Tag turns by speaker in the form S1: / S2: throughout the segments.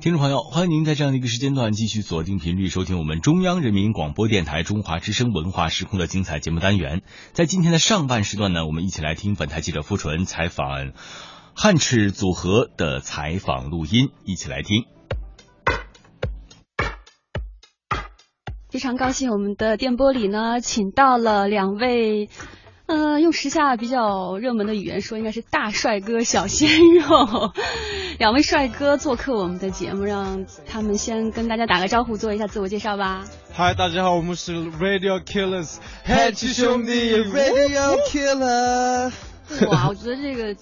S1: 听众朋友，欢迎您在这样的一个时间段继续锁定频率收听我们中央人民广播电台中华之声文化时空的精彩节目单元。在今天的上半时段呢，我们一起来听本台记者付纯采访汉翅组合的采访录音，一起来听。
S2: 非常高兴，我们的电波里呢，请到了两位。呃，用时下比较热门的语言说，应该是大帅哥、小鲜肉。两位帅哥做客我们的节目，让他们先跟大家打个招呼，做一下自我介绍吧。
S3: 嗨，大家好，我们是 Radio Killers，黑七兄弟，Radio Killer。
S2: 哇，我觉得这个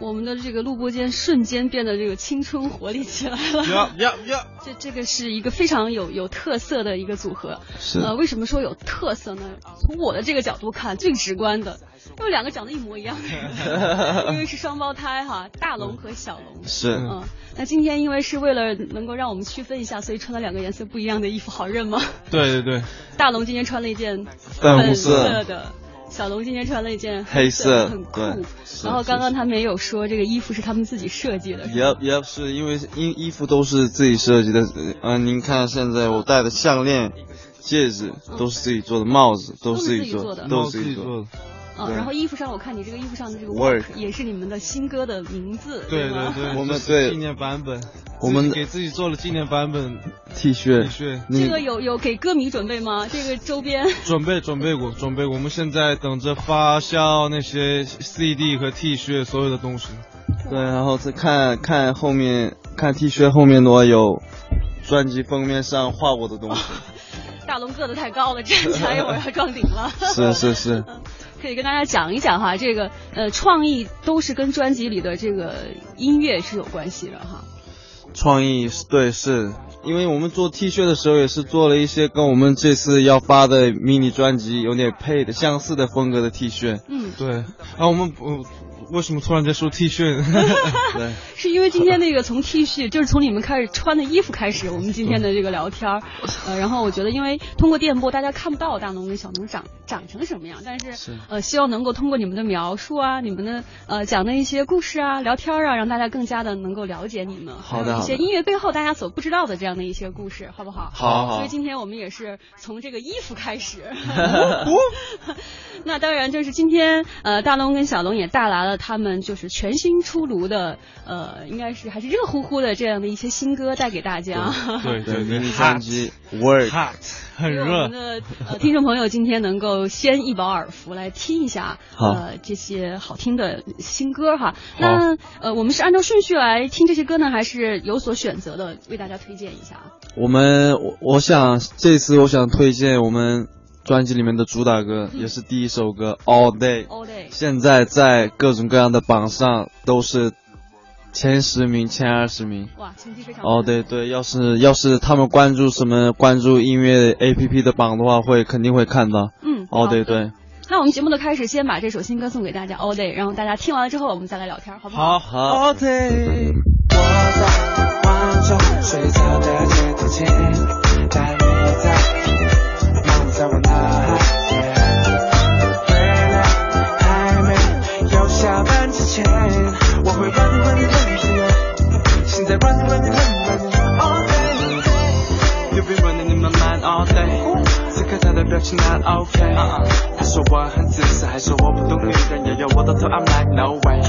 S2: 我们的这个录播间瞬间变得这个青春活力起来了。
S3: 呀呀呀！
S2: 这这个是一个非常有有特色的一个组合。
S3: 是
S2: 呃，为什么说有特色呢？从我的这个角度看，最直观的，因为两个长得一模一样，因为是双胞胎哈，大龙和小龙。
S4: 是
S3: 哦
S2: 嗯、那今天因为是为了能够让我们区分一下，所以穿了两个颜色不一样的衣服，好认吗？
S3: 对对对，
S2: 大龙今天穿了一件
S4: 淡
S2: 粉
S4: 红色
S2: 色的，小龙今天穿了一件
S4: 黑
S2: 色，
S4: 色
S2: 很酷
S4: 对。是
S2: 然后刚刚他们也有说，这个衣服是他们自己设计的，
S4: Yep Yep，是因为衣衣服都是自己设计的，嗯、呃，您看现在我戴的项链、戒指都是自己做的，帽子都是自己做的，
S3: 哦都
S4: 都
S3: 是
S4: 是
S3: 自己
S4: 做的。
S3: 做的。
S2: 嗯，
S4: 对
S2: 然后衣服上我看你这个衣服上的这个
S4: Work
S2: work 也是你们的新歌的名字，
S3: 对
S2: 吗？
S3: 对对，
S4: 我们
S3: 这是
S4: 对
S3: 纪念版本，
S4: 我们
S3: 自己给自己做了纪念版本
S4: T
S3: T
S4: 恤，
S3: 恤，
S2: 这
S4: 你
S2: 个有有给歌迷准备吗？这个周边
S3: 准备准备过，准备过。我们现在等着发酵那些 CD 和 T 恤所有的 东西。
S4: 对，然后再看看后面，看 T 恤后面的话有专辑封面上画我的 东西，
S2: 大龙个子太高了，站起来一会儿要撞顶了。
S4: 是是是，
S2: 可以跟大家讲一讲哈，这个呃创意都是跟专辑里的这个音乐是有关系的哈。
S4: 创意是对是。因为我们做 T 恤的时候也是做了一些跟我们这次要发的 mini 专辑有点配的相似的风格的 T 恤，
S2: 嗯，
S3: 对，啊，我们呃为什么突然间说 T 恤？
S4: 对。
S2: 是因为今天那个从 T 恤，就是从你们开始穿的衣服开始，我们今天的这个聊天儿，呃，然后我觉得因为通过电波大家看不到大龙跟小龙长长成什么样，但是
S4: 是
S2: 呃希望能够通过你们的描述啊，你们的呃讲的一些故事啊、聊天儿啊，让大家更加的能够了解你们，
S4: 好的
S2: 还有一
S4: 好
S2: 些
S4: 的
S2: 音乐背后大家所不知道的这样的一些故事，好不好？
S4: 好好
S2: 所以今天我们也是从这个衣服开始。 那当然，就是今天呃，大龙跟小龙也带来了他们就是全新出炉的呃，应该是还是热乎乎的这样的一些新歌带给大家。
S3: 对
S4: 对，迷
S3: 对
S4: 你专辑 Word，
S3: ，hot 很
S2: 因为我
S3: 热
S2: 们。的呃听众朋友今天能够先一饱耳福来听一下
S4: 好
S2: 呃这些好听的新歌哈。那呃我们是按照顺序来听这些歌呢，还是有所选择的？为大家推荐一下啊。
S4: 我们我我想这次我想推荐我们专辑里面的主打歌，
S3: 嗯
S4: 也是第一首歌 All Day，
S2: All day。
S4: 现在在各种各样的榜上都是前十名、前二十名。
S2: 哇，成绩非常
S4: 哦，
S2: 好。
S4: 对对，要是要是他们关注什么关注音乐 A P P 的榜的话，会肯定会看到。
S2: 嗯，好
S4: 哦，对对，
S2: 那我们节目的开始，先把这首新歌送给大家《All Day》，然后大家听完了之后，我们再来聊天，好不好？
S3: 好
S4: 好
S3: ，All day。
S5: 我在忙着睡觉的前提前，但你在忙在我脑海边。未来还没有下班之前，我会 run run run run，现在 run run run run all day。You've been running in my mind all day。此刻他的表情 not okay。他说我很自私，还说我不懂女人，也有我的错。I'm 啊 like no way。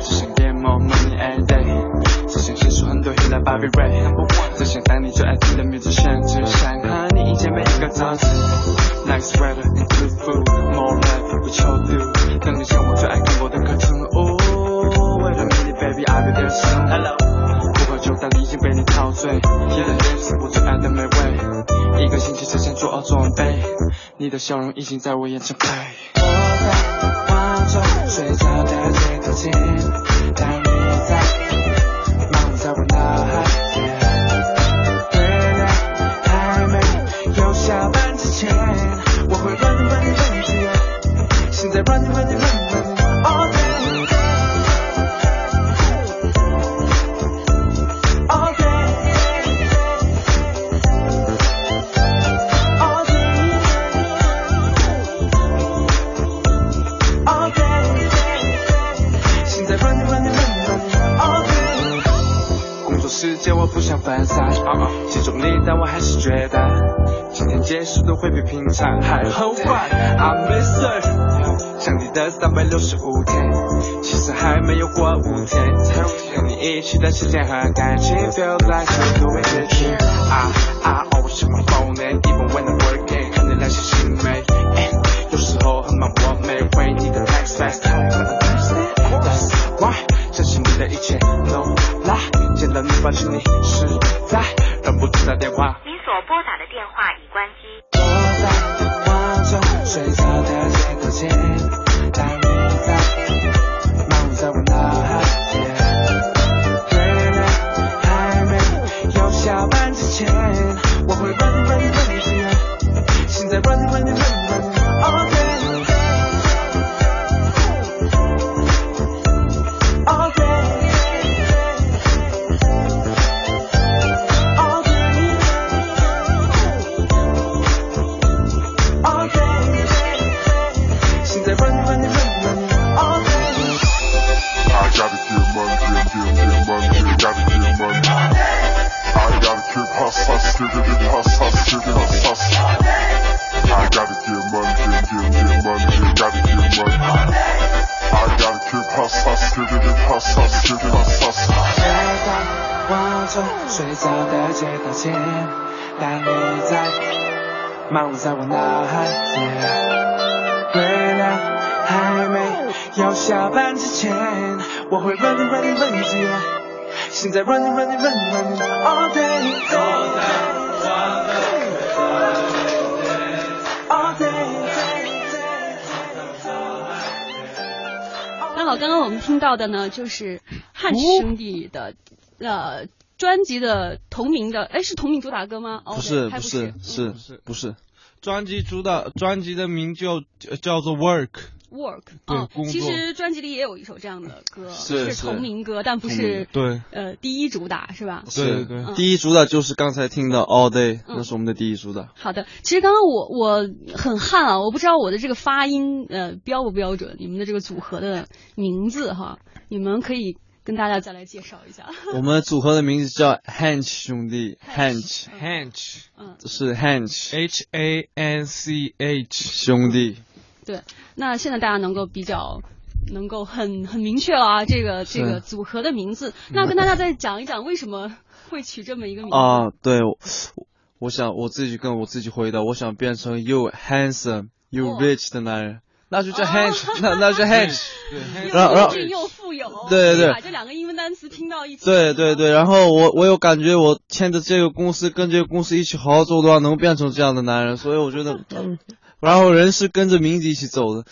S5: 只想 get more money every day，只想写出很多 hit like Bobby Ray。只想当你最爱听的 musician，只想和你迎接每一个早晨。Nice weather, good food, more life, what you do。当你像我最爱看我的课程。哦，Wait a minute, baby, I'll be there soon。不喝酒，但已经被你陶醉。你的脸是我最爱的美味，一个星期之前做好准备。你的笑容已经在我眼前飞。我在望着睡着的电梯间，但你在忙在我脑海边。未来还没有下班之前，我会 run run run 去。现在 run run run run all day all day all day all day 现在 run run run run all day 不想犯傻。啊其中你，但我还是觉得今天结束的会比平常还很快。I miss her，想你的三百六十五天，其实还没有过五天。跟你一起的时间和感情 feel like so do it 啊 with you。I I always check my phone and even when I'm working，看你来些新美。哎有时候很忙，我没回你的 text fast。That's why，珍惜你的一切，no lie，见到你发现你实在忍不住打电话。
S6: 您所拨打的电话已关机。
S5: 坐在梦中睡着的街头前，但你在忙着我脑海间。原来还没有下班之前，我会 run run run 去呀，现在 run run run run all day all day all day。all day. She said, run, run, run, run, all day.
S7: I gotta get money, get, get, get money, get, gotta get money. I gotta keep hustle, hustle, get, get, hustle, hustle, get, hustle, hustle. I gotta get money, get, get, get money, get, gotta get money. I gotta keep hustle, hustle, get, get, hustle, hustle, get, hustle, hustle.
S5: 街道望着睡着的街道前，但你在漫舞在我脑海间。归来还没有下班之前，我会 run run run 起来。现在 run run run run all day all day。
S2: 那好，刚刚我们听到的呢，就是
S4: 哦
S2: 汉氏兄弟的、呃专辑的同名的，哎，是同名主打歌吗？哦，对
S4: 不是
S2: 还不
S4: 不是
S2: 嗯
S4: 是不是
S3: 专辑主打专辑的名就呃叫做 Work，
S2: Work
S3: 对
S2: 哦
S3: 工，作
S2: 其实专辑里也有一首这样的歌，
S4: 是是
S2: 同名歌，但不是
S3: 对
S2: 呃第一主打是吧？
S3: 对
S4: 是
S3: 对
S2: 嗯
S4: 第一主打就是刚才听的 All Day，
S2: 嗯
S4: 那是我们的第一主打。
S2: 好的，其实刚刚我我很汗啊，我不知道我的这个发音呃标不标准，你们的这个组合的名字哈，你们可以跟大家再来介绍一下。
S4: 我们组合的名字叫 Hanch 兄弟
S2: Hench
S4: ，Hanch
S3: ，Hanch
S4: 是 Hanch
S3: H A N C H，
S4: 兄弟，
S2: 对，那现在大家能够比较。能够很很明确了啊，这个这个组合的名字，
S4: 嗯
S2: 那跟大家再讲一讲为什么会取这么一个名字？
S4: 啊，对，我我想我自己跟我自己回答，我想变成又 handsome 又
S2: 哦
S4: rich 的男人，那就叫 hands，、那那 就 hands。
S3: 对
S4: 然后然
S2: 又
S4: 后
S2: 英俊又富有，
S4: 对对对
S2: 你把这两个英文单词拼到一起，
S4: 对对对，然后我我有感觉，我签的这个公司跟这个公司一起好好做的话，能变成这样的男人，所以我觉得，嗯然后人是跟着名字一起走的，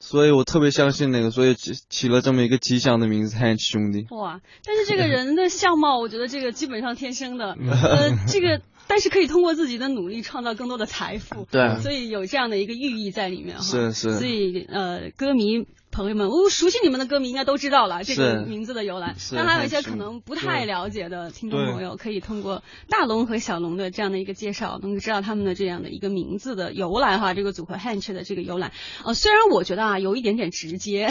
S4: 所以我特别相信那个，所以起起了这么一个吉祥的名字 hands 兄弟。
S2: 哇！但是这个人的相貌，我觉得这个基本上天生的，
S4: 嗯
S2: 呃，这个但是可以通过自己的努力创造更多的财富，
S4: 对
S2: 所以有这样的一个寓意在里面哈。
S4: 是
S2: 所
S4: 是
S2: 以呃，歌迷朋友们，我、熟悉你们的歌迷应该都知道了这个名字的由来。
S4: 是
S2: 那还有一些
S4: 太熟
S2: 可能不太了解的听众
S3: 对
S2: 朋友，可以通过大龙和小龙的这样的一个介绍，能够知道他们的这样的一个名字的由来哈，这个组合 Hanch 的这个由来。呃，虽然我觉得啊有一点点直接，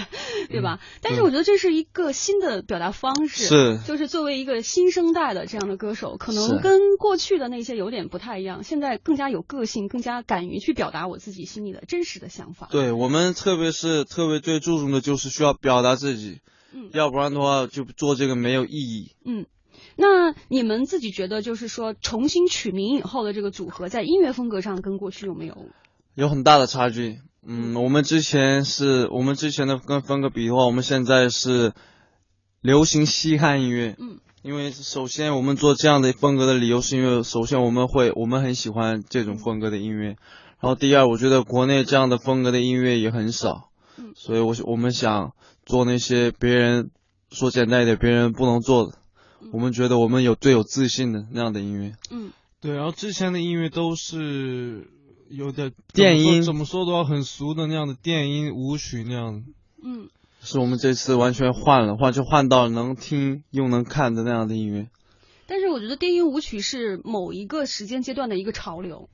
S2: 对吧？
S4: 嗯
S2: 但是我觉得这是一个新的表达方式，
S4: 是
S2: 就是作为一个新生代的这样的歌手，可能
S4: 是
S2: 跟过去的那些有点不太一样，现在更加有个性，更加敢于去表达我自己心里的真实的想法。
S4: 对我们特别是特别最注重的就是需要表达自己，
S2: 嗯
S4: 要不然的话就做这个没有意义。
S2: 那你们自己觉得，就是说重新取名以后的这个组合，在音乐风格上跟过去有没有？
S4: 有很大的差距。嗯，我们之前是我们之前的跟风格比的话，我们现在是流行西汉音乐。
S2: 嗯，
S4: 因为首先我们做这样的风格的理由是因为，首先我们会我们很喜欢这种风格的音乐，然后第二，我觉得国内这样的风格的音乐也很少
S2: 嗯，
S4: 所以我我们想做那些别人说简单一点别人不能做的，我们觉得我们有最有自信的那样的音乐。
S2: 嗯
S3: 对，然后之前的音乐都是有点
S4: 电音
S3: 怎么说都要很俗的那样的电音舞曲那样的，
S2: 嗯，
S4: 是我们这次完全换了，换就换到能听又能看的那样的音乐。
S2: 但是是我觉得电音舞曲是某一个时间阶段的一个潮流，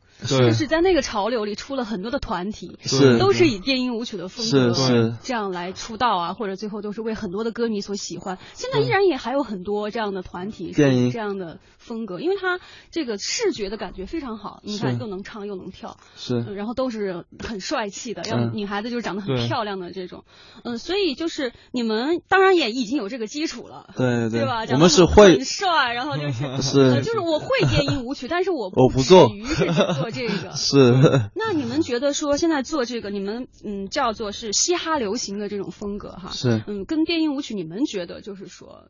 S2: 就
S3: 对
S2: 是在那个潮流里出了很多的团体，
S4: 是
S2: 都是以电音舞曲的风
S4: 嗯是
S2: 格
S4: 是
S2: 这样来出道啊，或者最后都是为很多的歌迷所喜欢。现在依然也还有很多这样的团体是
S4: 嗯电音
S2: 这样的风格，因为它这个视觉的感觉非常好，你看又能唱又能跳，
S4: 是
S2: 嗯然后都是很帅气的，要么
S4: 嗯
S2: 女孩子就是长得
S3: 对
S2: 很漂亮的这种，嗯，所以就是你们当然也已经有这个基础了。
S4: 对
S2: 对吧？
S4: 我
S2: 然后
S4: 们是会
S2: 很帅，然后就是呃，
S4: 是
S2: 就是我会电音舞曲，但是我
S4: 我不做。
S2: 止于是做这个
S4: 是
S2: 那你们觉得说现在做这个，你们嗯叫做是嘻哈流行的这种风格哈，
S4: 是
S2: 嗯，跟电音舞曲，你们觉得就是说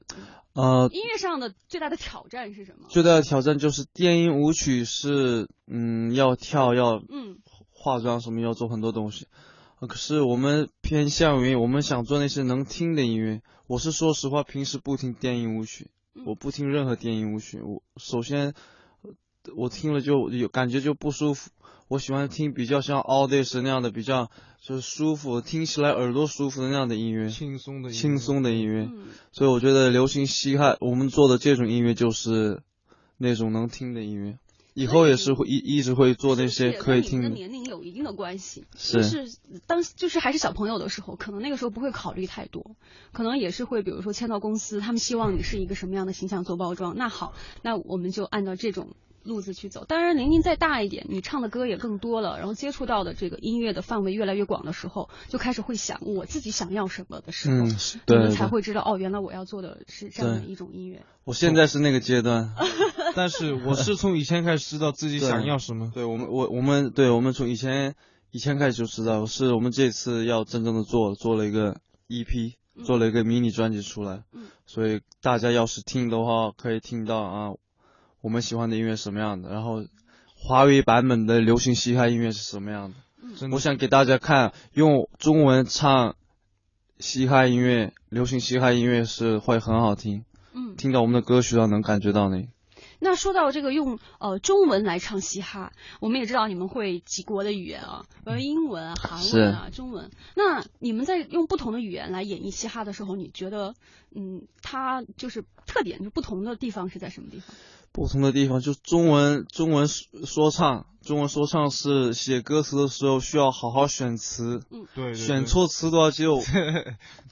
S4: 呃，
S2: 音乐上的最大的挑战是什么？
S4: 最大的挑战就是电音舞曲是嗯要跳要
S2: 嗯
S4: 化妆什么要做很多东西，呃可是我们偏向于我们想做那些能听的音乐。我是说实话，平时不听电音舞曲，
S2: 嗯
S4: 我不听任何电音舞曲。我首先呃我听了就有感觉就不舒服，我喜欢听比较像 All Days 那样的比较就是舒服，听起来耳朵舒服的那样的音乐，
S3: 轻松的一面
S4: 轻松的音乐。
S2: 嗯，
S4: 所以我觉得流行嘻哈，我们做的这种音乐就是那种能听的音乐。以后也是会一一直会做
S2: 是
S4: 那些
S2: 不是
S4: 可以
S2: 也跟你
S4: 听
S2: 们的，
S4: 的
S2: 年龄有一定的关系，
S4: 是
S2: 就是当就是还是小朋友的时候，可能那个时候不会考虑太多，可能也是会比如说签到公司，他们希望你是一个什么样的形象做包装。那好，那我们就按照这种路子去走。当然，年龄再大一点，你唱的歌也更多了，然后接触到的这个音乐的范围越来越广的时候，就开始会想我自己想要什么的时候，
S4: 嗯，是对
S2: 你们
S4: 对
S2: 才会知道哦，原来我要做的是这样的
S4: 对
S2: 一种音乐。
S4: 我现在是那个阶 段，
S3: 但是我是从以前开始知道自己
S4: 对
S3: 想要什么。
S4: 对我们，我我们对我们从以前以前开始就知道，是我们这次要真正的做做了一个 EP，
S2: 嗯
S4: 做了一个迷你专辑出来，
S2: 嗯
S4: 所以大家要是听的话，可以听到啊，我们喜欢的音乐是什么样的，然后华语版本的流行嘻哈音乐是什么样的。
S3: 真的
S4: 我想给大家看，用中文唱嘻哈音乐，流行嘻哈音乐是会很好听，
S2: 嗯，
S4: 听到我们的歌曲要能感觉到那个。
S2: 那说到这个用呃中文来唱嘻哈，我们也知道你们会几国的语言啊，比如英文、啊、韩文啊、中文。那你们在用不同的语言来演绎嘻哈的时候，你觉得嗯，它就是特点，就不同的地方是在什么地方？
S4: 不同的地方，就中文中文说说唱，中文说唱是写歌词的时候需要好好选词，
S3: 对对对
S4: 选错词的话就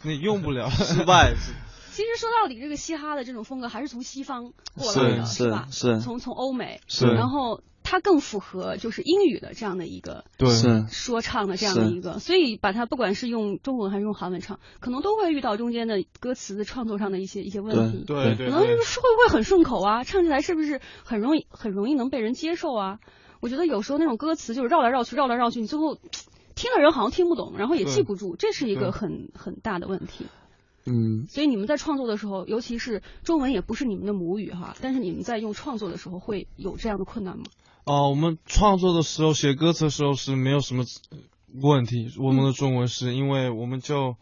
S3: 你用不了，
S4: 失 败。
S2: 其实说到底，这个嘻哈的这种风格还是从西方过来
S4: 是
S2: 的，
S4: 是
S2: 吧？
S4: 是
S2: 从从欧美，
S4: 是
S2: 然后它更符合就是英语的这样的一个
S3: 对
S4: 是
S2: 说唱的这样的一个，所以把它不管是用中文还是用韩文唱，可能都会遇到中间的歌词创作上的一些一些问题。
S3: 对
S2: 可
S3: 对
S2: 能
S3: 对
S2: 是不，是会不会很顺口啊？唱起来是不是很容易很容易能被人接受啊？我觉得有时候那种歌词就是绕来绕去，绕来绕去，你最后听的人好像听不懂，然后也
S3: 对
S2: 记不住，这是一
S3: 对
S2: 个很很大的问题。
S4: 嗯，
S2: 所以你们在创作的时候，尤其是中文也不是你们的母语哈，但是你们在用创作的时候会有这样的困难吗？
S3: 哦，我们创作的时候写歌词的时候是没有什么呃问题，我
S4: 嗯
S3: 们的中文是因为我们就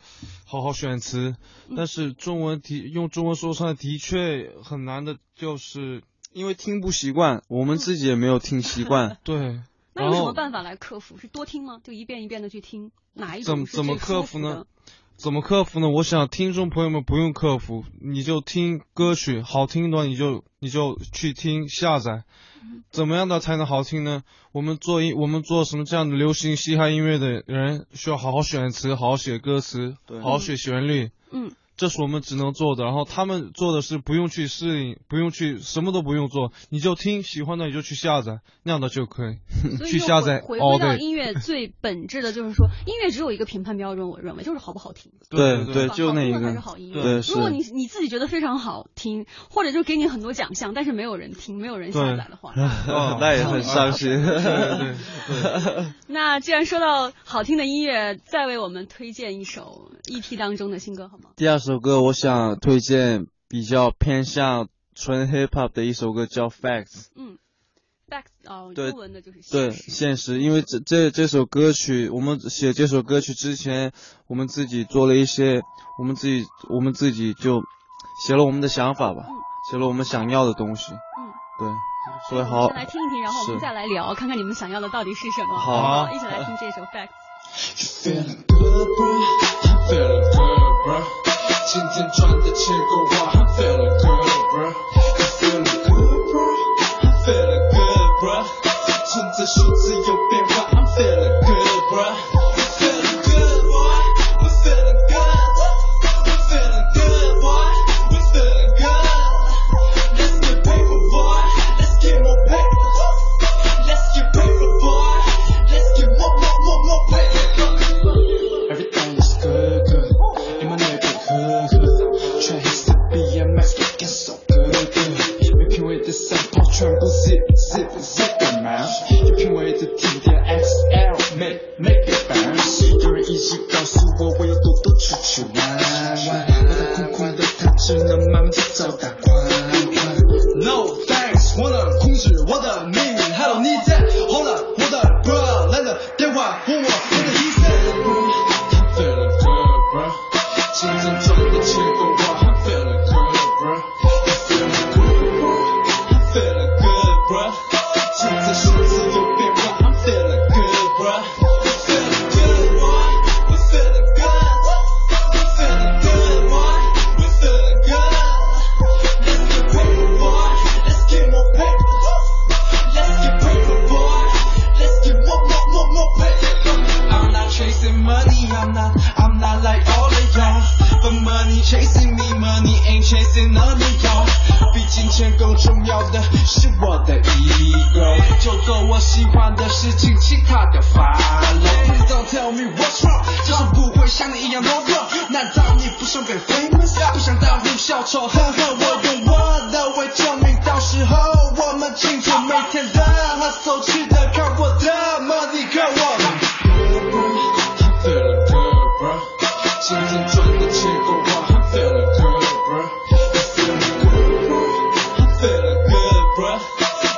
S3: 好好选词，
S4: 嗯
S3: 但是中文的用中文说唱的确很难的，就是。
S4: 因为听不习惯，我们自己也没有听习惯
S3: 对。
S2: 那有什
S3: 然
S2: 么
S3: 后
S2: 办法来克服？是多听吗？就一遍一遍的去听哪一
S3: 怎
S2: 种
S3: 么
S2: 哎是
S3: 怎么
S2: 最
S3: 克
S2: 舒
S3: 服
S2: 服
S3: 呢
S2: 的？
S3: 怎么克服呢？我想听众朋友们不用克服，你就听歌曲，好听的话你就你就去听下载。
S2: 嗯
S3: 怎么样的才能好听呢？我们做音，我们做什么这样的流行嘻哈音乐的人，需要好好选词，好好写歌词，
S4: 对
S3: 好好写旋律，
S2: 嗯，
S3: 这是我们只能做的。然后他们做的是不用去适应，不用去什么都不用做，你就听喜欢的你就去下载，那样的就可以。
S2: 所以
S3: 去
S2: 就
S3: 下
S2: 回
S3: 载
S2: 回
S3: 哦
S2: 归到
S3: 对
S2: 音乐最本质的，就是说， 音乐只有一个评判标准，我认为就是好不好听。
S4: 对
S3: 对
S4: 对，
S2: 好
S4: 就那一
S2: 好听还是
S4: 个
S2: 好音乐。
S4: 对
S2: 如果
S4: 是
S2: 你你自己觉得非常好听，或者就给你很多奖项，但是没有人听，没有人下
S3: 对
S2: 载的话，
S3: 哦
S4: 那也很伤心。
S2: 嗯
S3: 对对对，
S2: 那既然说到好听的音乐，再为我们推荐一首 EP 当中的新歌好吗？
S4: 第二首歌我想推荐比较偏向纯 hip hop 的一首歌，叫 Facts。
S2: 嗯，Back 哦，
S4: 对
S2: 中文的就是
S4: 对，
S2: 现实
S4: 现实，因为这这这首歌曲，我们写这首歌曲之前，我们自己做了一些，我们自己我们自己就写了我们的想法吧
S2: 嗯，
S4: 写了我们想要的东西。
S2: 嗯，
S4: 对，
S2: 所
S4: 所
S2: 以
S4: 以
S2: 我
S4: 好
S2: 们先，来听一听，然后我们
S4: 是
S2: 再来聊，看看你们想要的到底是什么。
S4: 好
S2: 好不一起来听这首 Back。
S5: feeling good, bro. I'm feeling good, bro. 今天赚的钱够花，I'm feeling good, bro. I'm feeling good,
S8: 数字有变化。I'm feeling good, bruh. Feeling good, boy. We feeling good. We feeling good, boy. We feeling good. Let's get paper, boy. Let's get more paper. Let's get paper, boy. Let's get more, more, more, more paper. Everything is good, good. In my neighborhood, good. 全是 BMX looking so good, good. 你品味的三炮全部 zip zip zip 的 mouth，你品味的经典 XL make make it bounce。有人一直告诉我我要多多出去玩玩，我的空旷的他只能满足找打款。No thanks，我能控制我的命运。Hello，你在？Hold up，我的 bro 来了，电话问我我的 e a s o n Feeling good, bro，今天赚的钱够我。I'm feeling good, bro. I'm feeling good, bro. I'm feeling good, bro. 现在数字有变化。I'm feeling good, bro. I'm feeling good, boy. We feeling good. We feeling good, boy. We feeling good. Let's get paper, boy. Let's get more paper. Let's get paper, boy. Let's get more, more, more, more paper. I'm not chasing money. I'm not. I'm not like all of y'all. But money chasing me, money ain't chasing none of y'all. 毕竟钱更重要的是我的 ego。就做我喜欢的事情，其他的 follow。Please don't tell me what's wrong，就是不会像你一样懦弱。难道你不想被 famous？不想当红小丑？呵呵，我用我的为证明，到时候我们庆祝每天的 hustle，去的看我的 money，看我。I'm feeling good, bro. 今天赚的钱够花。I'm feeling good, bro. I'm feeling good, bro. I'm feeling good, bro.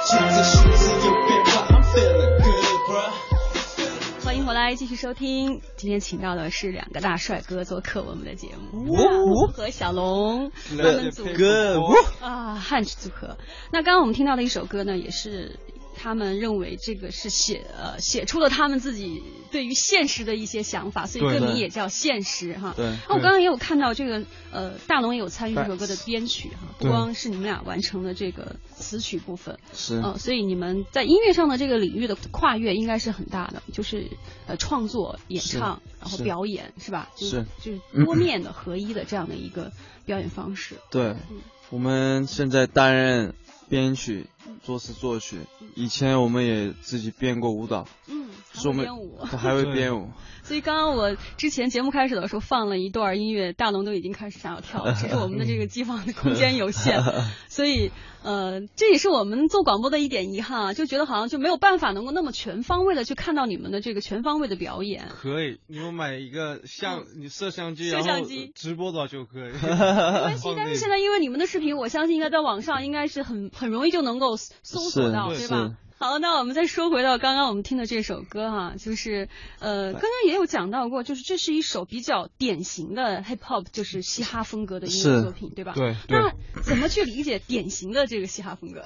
S8: 现在数字有变化。I'm feeling good, bro.
S2: 欢迎回来，继续收听。今天请到的是两个大帅哥做客我们的节目，
S4: 哦
S2: 吴和小龙他们组合
S4: 哥，
S2: 啊汉字组合。那刚刚我们听到的一首歌呢，也是他们认为这个是写呃写出了他们自己对于现实的一些想法，所以
S4: 对
S2: 歌名
S4: 对
S2: 也叫《现实》哈。
S4: 对
S2: 啊，我刚刚也有看到这个，呃，大龙也有参与这首歌的编曲哈，不
S3: 对
S2: 光是你们俩完成了这个词曲部分，
S4: 是
S2: 呃，所以你们在音乐上的这个领域的跨越应该是很大的，就是呃创作、演唱，然后
S4: 是嗯
S2: 表演是吧？就是就是多面的合一的这样的一个表演方式。
S4: 对，
S2: 嗯
S4: 我们现在担任编曲、作词、作曲，以前我们也自己编过舞蹈，
S2: 嗯，
S4: 是我们
S2: 编舞。
S4: 我还会
S3: 对
S4: 编舞，
S2: 所以刚刚我之前节目开始的时候放了一段音乐，大龙都已经开始想要跳了，只是我们的这个机房的空间有 限，所以呃，这也是我们做广播的一点遗憾啊，就觉得好像就没有办法能够那么全方位的去看到你们的这个全方位的表演。
S3: 可以，你们买一个相，你摄像机，
S2: 嗯摄
S3: 然
S2: 像
S3: 后
S2: 机
S3: 直播到就可以。
S2: 但是
S3: 放
S2: 但
S3: 那
S2: 是现
S3: 个
S2: 在因为你们的视频，我相信应该在网上应该是很很容易就能够搜索到，
S4: 是
S2: 对吧
S4: 是？
S2: 好，那我们再说回到刚刚我们听的这首歌哈、就是呃，刚刚也有讲到过，就是这是一首比较典型的 hip hop，就是嘻哈风格的音乐
S4: 是
S2: 作品，对吧？。
S3: 对 对，
S2: 那怎么去理解典型的这个嘻哈风格？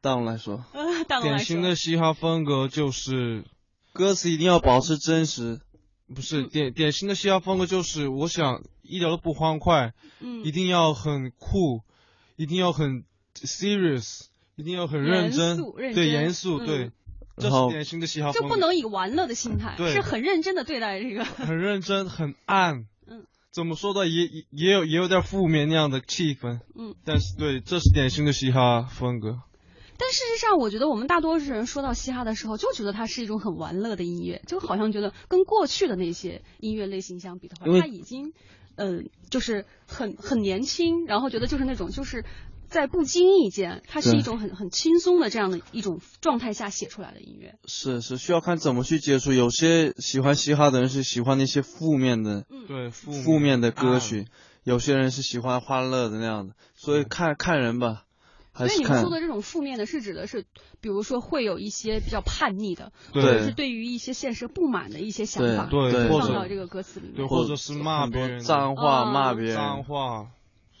S4: 大龙 来说，
S2: 呃，大龙来
S3: 典型的
S2: 说，
S3: 嘻哈风格就是
S4: 歌词一定要保持真实，
S3: 不是典典型的嘻哈风格就是，我想一点都不欢快，
S2: 嗯
S3: 一，定要很酷，一定要很 serious，一定要很认
S2: 严
S3: 真，
S2: 肃认
S3: 对
S2: 真
S3: 严肃，
S2: 嗯
S3: 对，这
S4: 然后
S3: 是典型的嘻哈
S2: 就
S3: 风
S2: 不
S3: 格，
S2: 能以玩乐的心态，
S3: 对
S2: 是很认真的对待这个。
S3: 很认真，很暗，
S2: 嗯
S3: 怎么说的也也也有也有点负面那样的气氛，
S2: 嗯，
S3: 但是对，这是典型的嘻哈风格，
S2: 但事实上，我觉得我们大多数人说到嘻哈的时候，就觉得它是一种很玩乐的音乐，就好像觉得跟过去的那些音乐类型相比的话
S4: 因，为
S2: 它已经，嗯、就是很很年轻，然后觉得就是那种就是在不经意间，它是
S4: 对
S2: 一种很很轻松的这样的一种状态下写出来的音乐。
S4: 是是需要看怎么去接触。有些喜欢嘻哈的人是喜欢那些负面的
S3: 对，负啊
S4: 负面的歌曲，有些人是喜欢欢乐的那样的，所
S3: 嗯
S4: 以看看人吧，还
S2: 所以
S4: 是
S2: 你们
S4: 看
S2: 说的这种负面的，是指的是，比如说会有一些比较叛逆的，或
S3: 对
S2: 者是对于一些现实不满的一些想法，
S4: 对
S3: 对
S2: 放
S3: 或者
S2: 到这个歌词里面
S3: 对，。或者是骂别人的
S4: 脏话
S2: 嗯
S4: 骂别人，
S3: 脏话，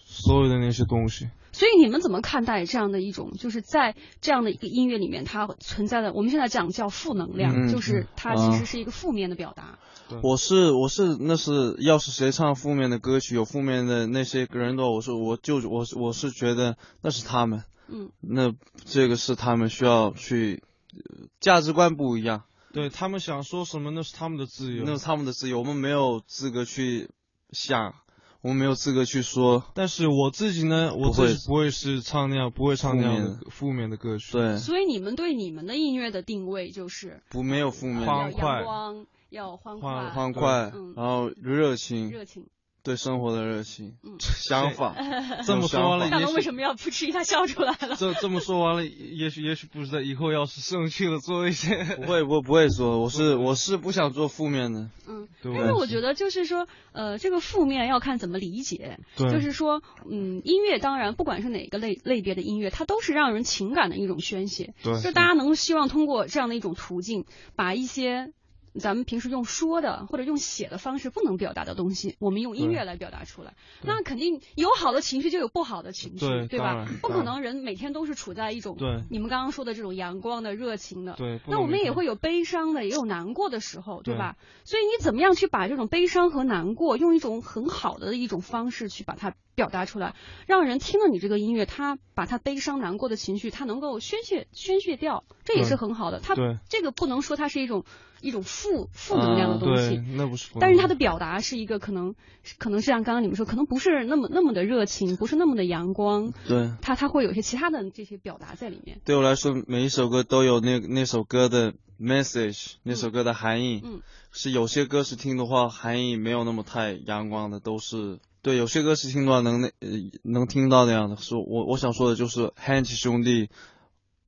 S3: 所有的那些东西。
S2: 所以你们怎么看待这样的一种，就是在这样的一个音乐里面，它存在的我们现在讲叫负能量，
S4: 嗯
S2: 就是它其实是一个负面的表达。
S4: 我是我是那是要是谁唱负面的歌曲，有负面的那些人的话，我说我就我是我是觉得那是他们，
S2: 嗯，
S4: 那这个是他们需要去呃价值观不一样，
S3: 对他们想说什么那是他们的自由，
S4: 那是他们的自由，我们没有资格去想，我们没有资格去说。
S3: 但是我自己呢，我
S4: 不会
S3: 自己不会是唱那样，不会唱那样
S4: 负面
S3: 的负面的歌曲。，
S4: 对，
S2: 所以你们对你们的音乐的定位就是呃
S4: 不没有负面
S2: 要
S3: 欢快
S2: 阳光，要欢
S3: 欢
S2: 快，
S4: 欢快，
S2: 嗯
S4: 然后热情，
S2: 热情。
S4: 对生活的热情
S2: 嗯，
S4: 想法。
S3: 这么说完了，
S2: 大
S3: 也
S2: 龙
S3: 许
S2: 为什么要噗嗤一下笑出来了？
S3: 这这么说完了，也许也许不知道以后要是生气了，做 一些
S4: 不会，我不会说，我是我是不想做负面的，
S2: 嗯，
S3: 对
S2: 但是我觉得就是说，呃，这个负面要看怎么理解。
S3: 对
S2: 就是说，嗯，音乐当然不管是哪个类类别的音乐，它都是让人情感的一种宣泄。
S3: 对
S2: 就大家能希望通过这样的一种途径，把一些咱们平时用说的或者用写的方式不能表达的东西，我们用音乐来表达出来。那肯定有好的情绪，就有不好的情绪，
S3: 对当
S2: 吧
S3: 然？
S2: 不
S3: 当
S2: 可
S3: 然
S2: 能人每天都是处在一种
S3: 对
S2: 你们刚刚说的这种阳光的、热情的。
S3: 对不
S2: 那
S3: 能
S2: 我们
S3: 每
S2: 也
S3: 天
S2: 会有悲伤的，也有难过的时候，对
S3: 对
S2: 吧？所以你怎么样去把这种悲伤和难过，用一种很好的一种方式去把它表达出来，让人听了你这个音乐，他把他悲伤难过的情绪，他能够宣泄宣泄掉，这也是
S3: 对
S2: 很好的。他
S3: 对
S2: 这个不能说它是一种一种负负能量的东西。
S3: 啊对，那不是不能。
S2: 但是他的表达是一个可能，可能是像刚刚你们说，可能不是那么那么的热情，不是那么的阳光，
S4: 对。
S2: 他他会有一些其他的这些表达在里面。
S4: 对我来说，每一首歌都有那那首歌的 message，那首歌的含义。
S2: 嗯
S4: 是有些歌是听的话，含义没有那么太阳光的，都是对。有些歌是听的话能那、呃、能听到那样的。是我我想说的就是 Hanch 兄弟，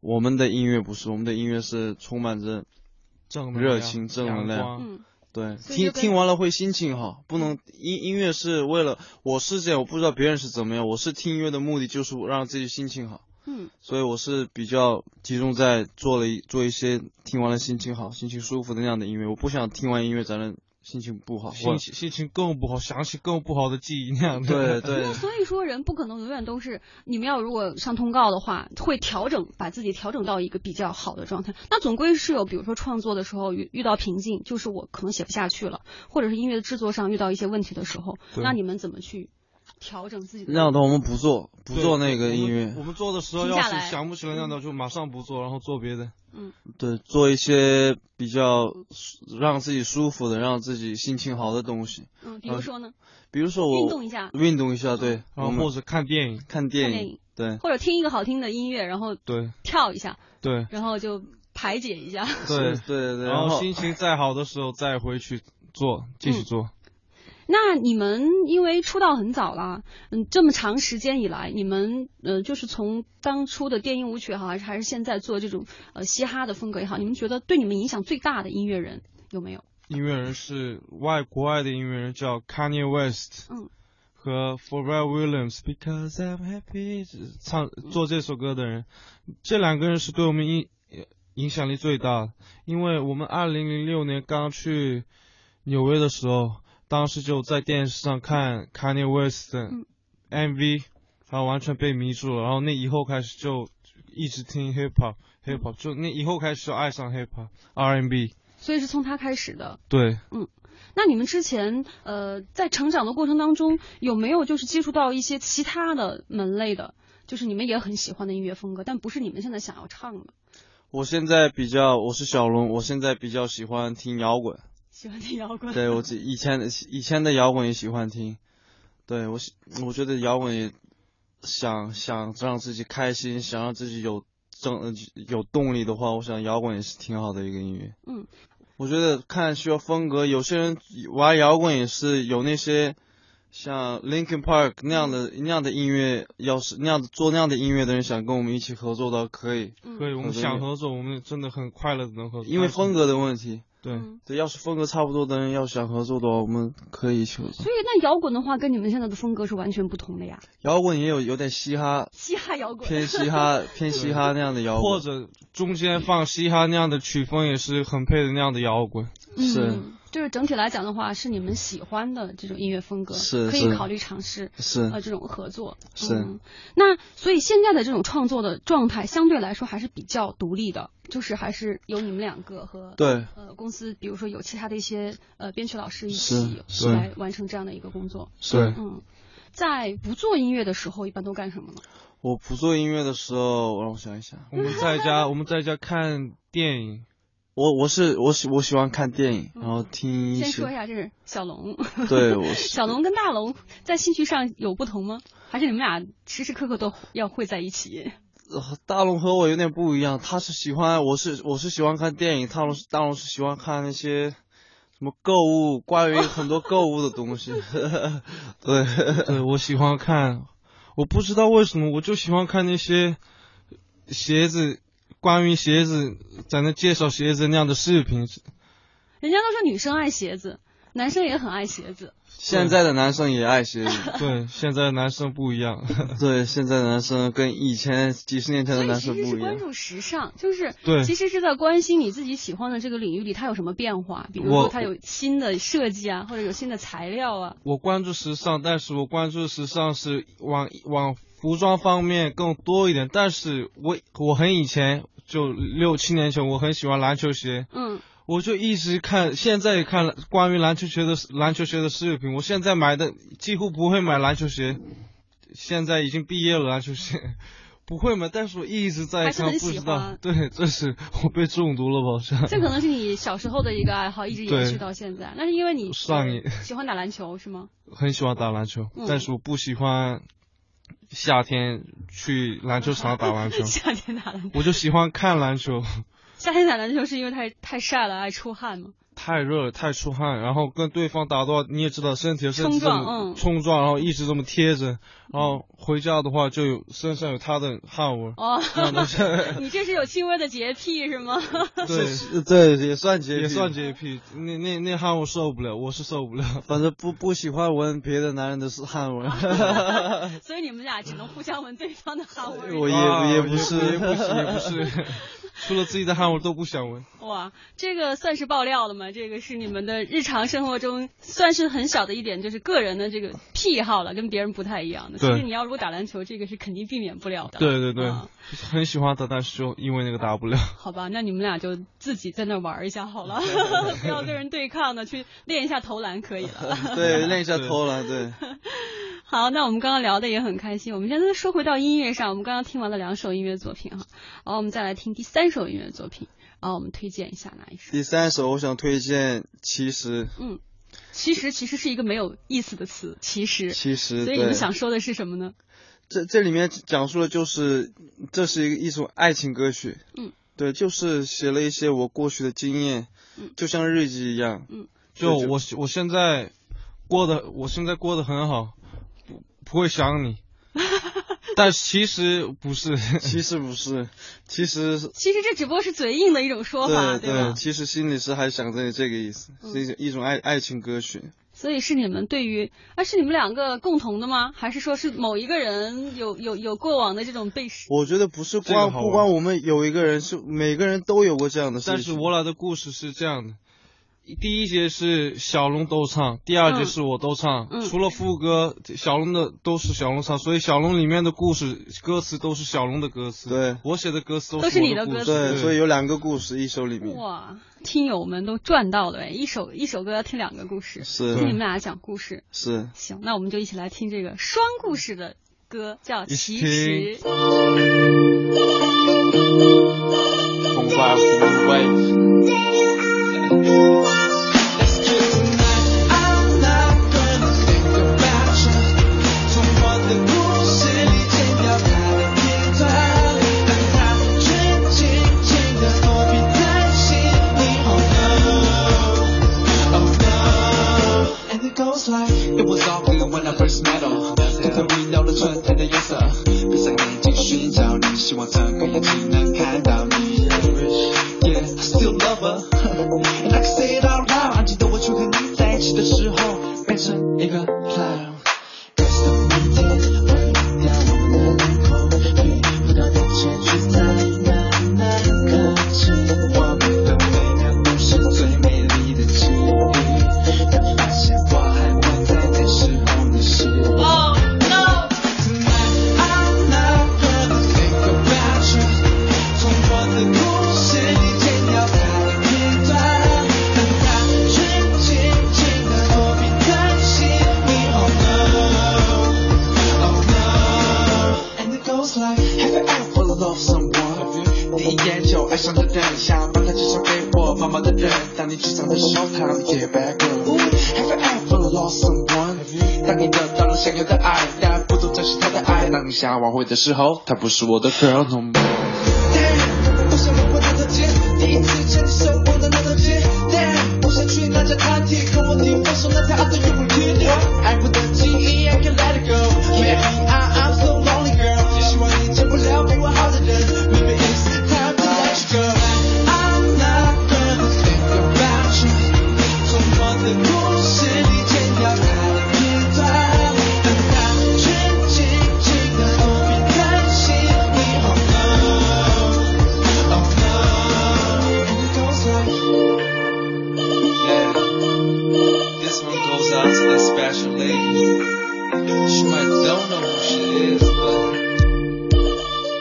S4: 我们的音乐不是，我们的音乐是充满着
S3: 正能量
S4: 热情正能量
S3: 阳光
S2: 嗯，
S4: 对，
S2: 所以就
S4: 听
S2: 跟
S4: 听完了会心情好，不能音音乐是为了我是这样，我不知道别人是怎么样，我是听音乐的目的就是让自己心情好。
S2: 嗯，
S4: 所以我是比较集中在做了一做一些听完了心情好、心情舒服的那样的音乐。我不想听完音乐咱们心情不好。
S3: 心情心情更不好，想起更不好的记忆那样
S4: 我对
S3: 的。
S4: 对
S2: 那 所以说，人不可能永远都是你们要如果上通告的话，会调整把自己调整到一个比较好的状态。那总归是有，比如说创作的时候遇遇到瓶颈，就是我可能写不下去了，或者是音乐的制作上遇到一些问题的时候，
S3: 对
S2: 那你们怎么去调整自己的？
S4: 那样的话我们不做不
S3: 对
S4: 做那个音
S3: 我们我
S4: 乐，
S3: 们做的时候
S2: 停
S3: 要
S2: 下来
S3: 是想不起来那样的，就马上不做，然后做别的。
S4: 对，做一些比较舒让自己舒服的、让自己心情好的东西。
S2: 嗯，比如说
S3: 呃
S2: 呢，
S4: 比如说我
S2: 运动一下
S4: 运动一下，对，
S3: 然
S4: 我
S3: 后
S4: 们
S3: 啊或者看电影。
S4: 看电
S2: 看电影，
S4: 对
S2: 或者听一个好听的音乐，然后
S3: 对
S2: 跳一下，
S3: 对
S2: 然后就排解一下。
S4: 对
S3: 对
S4: 对对，对
S3: 然后心情再好的时候再回去做，
S4: 嗯
S3: 继续做。
S2: 那你们因为出道很早了，嗯，这么长时间以来，你们呃，就是从当初的电音舞曲也好，还是还是现在做这种呃嘻哈的风格也好，你们觉得对你们影响最大的音乐人有没有？
S3: 音乐人是外国外的音乐人叫 Kanye West，
S2: 嗯，
S3: 和 Pharrell Williams，Because I'm Happy 唱
S2: 嗯
S3: 做这首歌的人，这两个人是对我们影影响力最大的，因为我们二零零六年刚去纽约的时候，当时就在电视上看 Kanye West 的
S2: 嗯
S3: MV，然后完全被迷住了，然后那以后开始就一直听 hip hop hip
S2: 嗯
S3: hop，就那以后开始就爱上 hip hop R&B，
S2: 所以是从他开始的。
S3: 对。
S2: 那你们之前呃在成长的过程当中，有没有就是接触到一些其他的门类的，就是你们也很喜欢的音乐风格，但不是你们现在想要唱的？
S4: 我现在比较，我是小龙，我现在比较喜欢听摇滚。
S2: 喜欢听摇滚？
S4: 对我自以前的以前的摇滚也喜欢听，对我喜我觉得摇滚也想想让自己开心，想让自己有正呃有动力的话，我想摇滚也是挺好的一个音乐。
S2: 嗯，
S4: 我觉得看需要风格，有些人玩摇滚也是有那些像 Linkin Park 那样的那样的音乐，要是那样的做那样的音乐的人想跟我们一起合作的话可以，
S3: 可以，我
S4: 合
S3: 们
S4: 作
S3: 想
S4: 也
S3: 合作，我们真的很快乐的能合作。
S4: 因为
S3: 但是
S4: 风格的问题。
S3: 对
S2: 嗯
S4: 对，要是风格差不多的人要想合作的话，我们可以一起合作。
S2: 所以那摇滚的话，跟你们现在的风格是完全不同的呀，
S4: 摇滚也有有点嘻哈，
S2: 嘻哈摇滚。
S4: 偏 嘻哈偏嘻哈那样的摇滚，
S3: 或者中间放嘻哈那样的曲风也是很配的那样的摇滚。
S4: 是
S2: 嗯，就是整体来讲的话，是你们喜欢的这种音乐风格，
S4: 是
S2: 可以
S4: 是
S2: 考虑尝试
S4: 是
S2: 呃这种合作。
S4: 是
S2: 嗯，那所以现在的这种创作的状态相对来说还是比较独立的，就是还是由你们两个和
S4: 对
S2: 呃公司，比如说有其他的一些呃编曲老师一
S4: 是
S2: 起
S4: 是
S2: 来完成这样的一个工作。
S4: 是。
S2: 嗯，在不做音乐的时候，一般都干什么呢？
S4: 我不做音乐的时候，让我想一想，
S3: 我们在 家，我们在家看电影，
S4: 我我是我喜我喜欢看电影，然后听
S2: 嗯
S4: 一
S2: 先
S4: 些
S2: 说一下，这是小龙。
S4: 对我是
S2: 小龙跟大龙在兴趣上有不同吗？还是你们俩时时刻刻都要会在一起？
S4: 呃大龙和我有点不一样，他是喜欢，我是我是喜欢看电影，大龙是大龙是喜欢看那些什么购物，关于很多购物的东西。 对，
S3: 对我喜欢看，我不知道为什么，我就喜欢看那些鞋子，关于鞋子在那介绍鞋子那样的视频。
S2: 人家都说女生爱鞋子，男生也很爱鞋子。
S4: 现在的男生也爱鞋子，
S3: 对，现在男生不一 样。
S4: 对，现在的男生跟以前几十年前的
S2: 所以
S4: 男
S2: 其
S4: 生
S2: 实
S4: 不
S2: 是
S4: 一
S2: 关
S4: 样。
S2: 注时尚，就是
S3: 对
S2: 其实是在关心你自己喜欢的这个领域里它有什么变化，比如说
S3: 我
S2: 它有新的设计啊，或者有新的材料啊。
S3: 我关注时尚，但是我关注时尚是往往服装方面更多一点。但是我我很以前就六七年前，我很喜欢篮球鞋，
S2: 嗯，
S3: 我就一直看，现在也看关于篮球鞋的篮球鞋的视频。我现在买的几乎不会买篮球鞋，现在已经毕业了，篮球鞋 不会买，但是我一直在
S2: 还是
S3: 看，
S2: 很
S3: 不
S2: 喜
S3: 知
S2: 欢
S3: 道，对，这是我被中毒了吧？好像
S2: 这可能是你小时候的一个爱好，一直延续
S3: 对
S2: 到现在。那是因为你
S3: 上瘾
S2: 喜欢打篮球是吗？
S3: 很喜欢打篮球，
S2: 嗯
S3: 但是我不喜欢夏天去篮球场打 篮球，
S2: 夏天打篮球，
S3: 我就喜欢看篮球。
S2: 夏天打篮球是因为太太晒了，爱出汗吗？
S3: 太热了，太出汗，然后跟对方打的话，你也知道身体和身
S2: 冲
S3: 体这
S2: 撞
S3: 么
S2: 嗯
S3: 冲撞，然后一直这么贴着，然后回家的话就有身上有他的汗味 儿。
S2: 哦，
S3: 那是
S2: 你这是有轻微的洁癖是吗？
S3: 对，
S4: 是对，也算洁癖，
S3: 也算洁癖。那那那汗我受不了，我是受不了。
S4: 反正不不喜欢闻别的男人的是汗 味。
S2: 所以你们俩只能互相闻对方的汗味
S4: 我
S2: 儿。
S4: 也
S3: 啊
S4: 也不是
S3: 也不是，也 不是，除了自己的汗我都不想闻。
S2: 哇，这个算是爆料了吗？这个是你们的日常生活中算是很小的一点，就是个人的这个癖好了，跟别人不太一样的。
S3: 对
S2: 其实你要如果打篮球，这个是肯定避免不了的。
S3: 对对对
S2: 啊，
S3: 很喜欢打，但是就因为那个打不了。
S2: 好吧，那你们俩就自己在那玩儿一下好了，不 要跟人对抗的，去练一下投篮可以了。
S4: 对，练一下偷了，对。
S2: 好，那我们刚刚聊的也很开心。我们现在说回到音乐上，我们刚刚听完了两首音乐作品哈，然后我们再来听第三首音乐作品，然后我们推荐一下哪一首？
S4: 第三首我想推荐，其实
S2: 嗯，其实其实是一个没有意思的词，其实，
S4: 其实
S2: 所以你们
S4: 对。
S2: 想说的是什么呢？
S4: 这这里面讲述的就是，这是一个一首爱情歌曲。
S2: 嗯，
S4: 对，就是写了一些我过去的经验，
S2: 嗯
S4: 就像日记一样。
S3: 就
S4: 就
S3: 我现我现在过得，我现在过得很好，不不会 想你。但其实不是，
S4: 其实不是，其实是
S2: 其实这只不过是嘴硬的一种说法，
S4: 对
S2: 吧？
S4: 其实心里是还想着这个意思，
S2: 嗯
S4: 是一种一种爱爱情歌曲。
S2: 所以是你们对于，啊，是你们两个共同的吗？还是说是某一个人有有有过往的这种被？
S4: 我觉得不是
S3: 这个
S4: 光
S3: 好
S4: 不
S3: 玩
S4: 光我们有一个人，是每个人都有过这样的事情。
S3: 但是我俩的故事是这样的。第一节是小龙都唱，第二节是我都唱。
S2: 嗯
S3: 除了副歌，小龙的都是小龙唱，所以小龙里面的故事歌词都是小龙的歌词。
S4: 对
S3: 我写的歌词
S2: 都是
S3: 是我
S2: 你的
S3: 故
S2: 歌
S3: 事。
S4: 对，
S3: 对
S4: 所以有两个故事，一首里面
S2: 哇，听友们都赚到了哎，一首一首歌要听两个故事，
S4: 是
S2: 听你们俩讲故事。
S4: 是。
S2: 行，那我们就一起来听这个双故事的歌，叫《
S3: 一
S2: 其
S3: 起
S2: 实》。
S4: 痛快无畏。
S5: I'm not gonna think about you。从我的故事里剪掉他的片段，让他全心全意的躲避在心里。Oh no, oh no。And it goes like it was all clear when I first met her。突然有了春天的颜色，闭上眼睛寻找你，希望睁开眼睛能看到你。Yeah, I still love her. And I can say it out loud. 安静的我却和你在一起的时候，变成一个 clown。但是当明天我们掉我们的脸孔，你不到的结局太难难可惜。我们的每秒都是最美丽的记忆。但发现我还活在那时候的心里。
S2: 哦 no！
S5: Tonight I'm not gonna think about you。从我的故事里剪掉他的片段，你烟酒爱上的人，想把它介绍给我妈妈的人。当你沮丧的时候，他让你 get back up。Have you ever lost someone？当你得到了想要的爱，但不懂珍惜他的爱。当你想要挽回的时候，他不是我的 girl no more。Damn，不想握握他的肩，第一次牵手我的那条街。Damn，不想去那家餐厅，跟我提分手那条 after you repeat it。爱过的记忆，I E, can let it go。Yeah，I I'm so lonely girl，希望你成不了比我好的人。Maybe it's time to let you go。I'm not gonna think about you，从我的故事里剪掉他的片段。等他全静静的，不必担心你。Oh no。Oh no, it goes out. Yeah, this one goes out to that special lady. She might don't know who she is,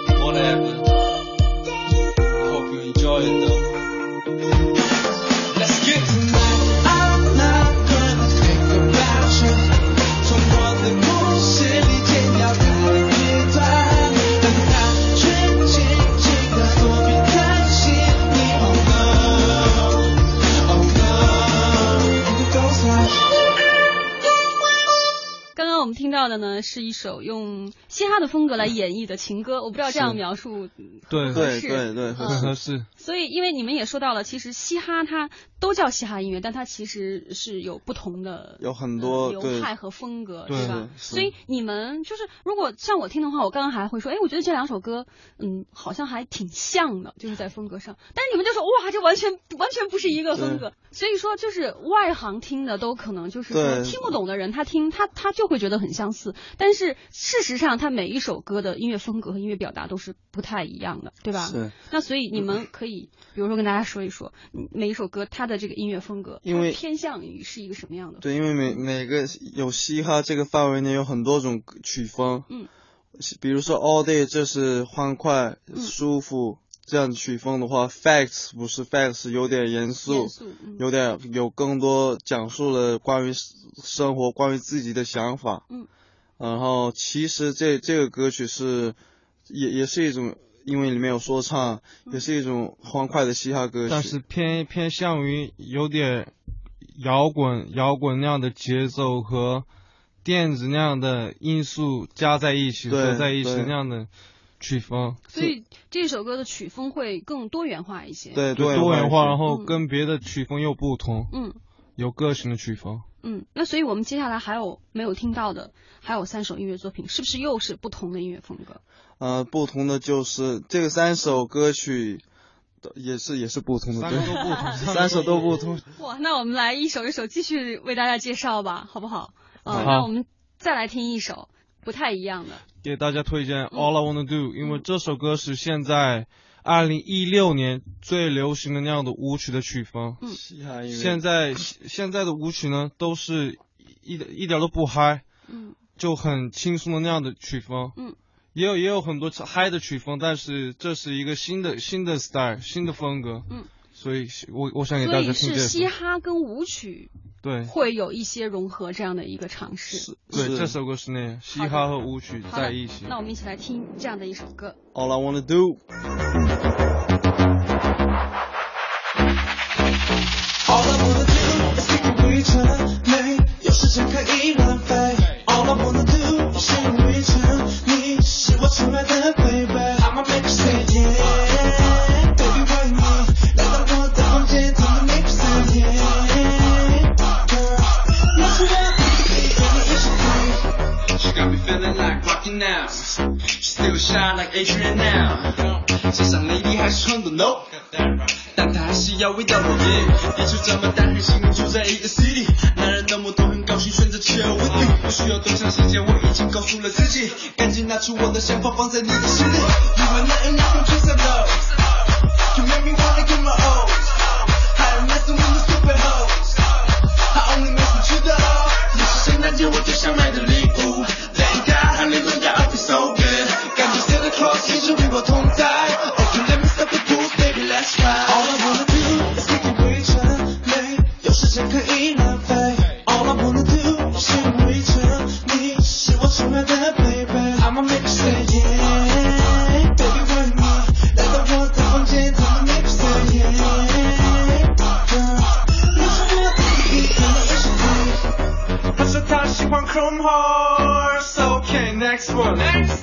S5: but whatever. I hope you enjoy it though. Let's get tonight. I'm not gonna think about you. 从我的故事里剪掉他的片段，等他全静静的，不必担心你。Oh no, oh no, it goes out.
S2: 刚刚我们听到的呢，是一首用嘻哈的风格来演绎的情歌，我不知道这样
S3: 是
S2: 描述
S3: 对
S4: 对
S2: 是
S4: 对对，
S3: 很合适。
S2: 所以，因为你们也说到了，其实嘻哈它都叫嘻哈音乐，但它其实是有不同的
S4: 有很多
S2: 呃流
S4: 对
S2: 派和风格，
S3: 对
S2: 吧？
S4: 是
S2: 所以你们就是，如果像我听的话，我刚刚还会说，哎，我觉得这两首歌，嗯，好像还挺像的，就是在风格上。但是你们就说，哇，这完全完全不是一个风格。所以说，就是外行听的都可能就是说
S4: 对
S2: 听不懂的人，他听他他就会觉得很相似，但是事实上，他每一首歌的音乐风格和音乐表达都是不太一样的，对吧？
S4: 是。
S2: 那所以你们可以，比如说跟大家说一说，嗯每一首歌它的这个音乐风格，
S4: 因为
S2: 它偏向于是一个什么样的？
S4: 对，因为每每个有嘻哈这个范围内有很多种曲风，
S2: 嗯，
S4: 比如说 All Day 这是欢快、舒服这样曲风的话，Facts 不是 Facts 有点严肃
S2: 元，素，嗯
S4: 有点有更多讲述了关于生活、关于自己的想法，
S2: 嗯，
S4: 然后其实这这个歌曲是也也是一种。因为里面有说唱，
S2: 嗯
S4: 也是一种欢快的嘻哈歌曲。
S3: 但是偏偏向于有点摇滚摇滚那样的节奏和电子那样的因素加在一起，
S4: 对
S3: 合在一起
S4: 对
S3: 那样的曲风，
S2: 所以这首歌的曲风会更多元化一些。，
S4: 对
S3: 对多元化，然后
S2: 嗯
S3: 跟别的曲风又不同，
S2: 嗯
S3: 有个性的曲风。
S2: 嗯。那所以我们接下来还有没有听到的？还有三首音乐作品，是不是又是不同的音乐风格？
S4: 呃，不同的就是这个三首歌曲的也是也是不同的，
S3: 三个都
S4: 对，
S3: 不同，
S4: 三首都不同。
S2: 哇，那我们来一首一首继续为大家介绍吧，好不好？啊、
S3: 好
S2: 那我们再来听一首不太一样的。
S3: 给大家
S2: 嗯
S3: 推荐《All I Wanna Do》，因为这首歌是现在二零一六年最流行的那样的舞曲的曲风。
S2: 嗯
S4: 嘻哈音乐
S3: 现在现在的舞曲呢，都是一一点都不嗨，
S2: 嗯
S3: 就很轻松的那样的曲风。
S2: 嗯，
S3: 也有也有很多嗨的曲风，但是这是一个新的新的 style，新的风格。
S2: 嗯，
S3: 所以我我想给
S2: 所
S3: 大
S2: 以
S3: 家听
S2: 是
S3: 这首
S2: 嘻。哈跟舞曲
S3: 对
S2: 会有一些融合这样的一个尝试。
S3: 对，
S4: 是
S3: 这首歌是那样，嘻
S2: 好的
S3: 哈和舞曲
S2: 好的
S3: 在一起。
S2: 那我们一起来听这样的一首歌。
S4: All I Wanna Do。
S5: All I wanna do is take a reach and make 有时间可以浪费。All I wanna do 是 reach and 你是我崇拜的 baby。I'ma make you say yeah。Baby why me？来到我的房间，听你 make you say yeah。Girl，那是我。She got me feeling like rocking now. Still shine like Adrian now. 身上内衣还是穿的 no，但她还是要味道我耶。一出咱们大学心灵住在一个 city，男人的我都很高兴，选择 chill with me。不需要多长时间，我已经告诉了自己，赶紧拿出我的想法放在你的心里。You are nothing I can chase love. You make me wanna get my own. I'm messing with the stupid hoes. I only mess with you though. 你是圣诞节我最想买的礼物。Thank God, honey, when your outfit so good. 感觉 Santa Claus 也是与我同在。Okay, let me stop the booze, baby, let's ride. All I wanna do is take you 回城，没有时间可以浪费。All I wanna do 是回城，你是我宠爱的 baby。I'ma make you say yeah, baby, why
S3: next one next。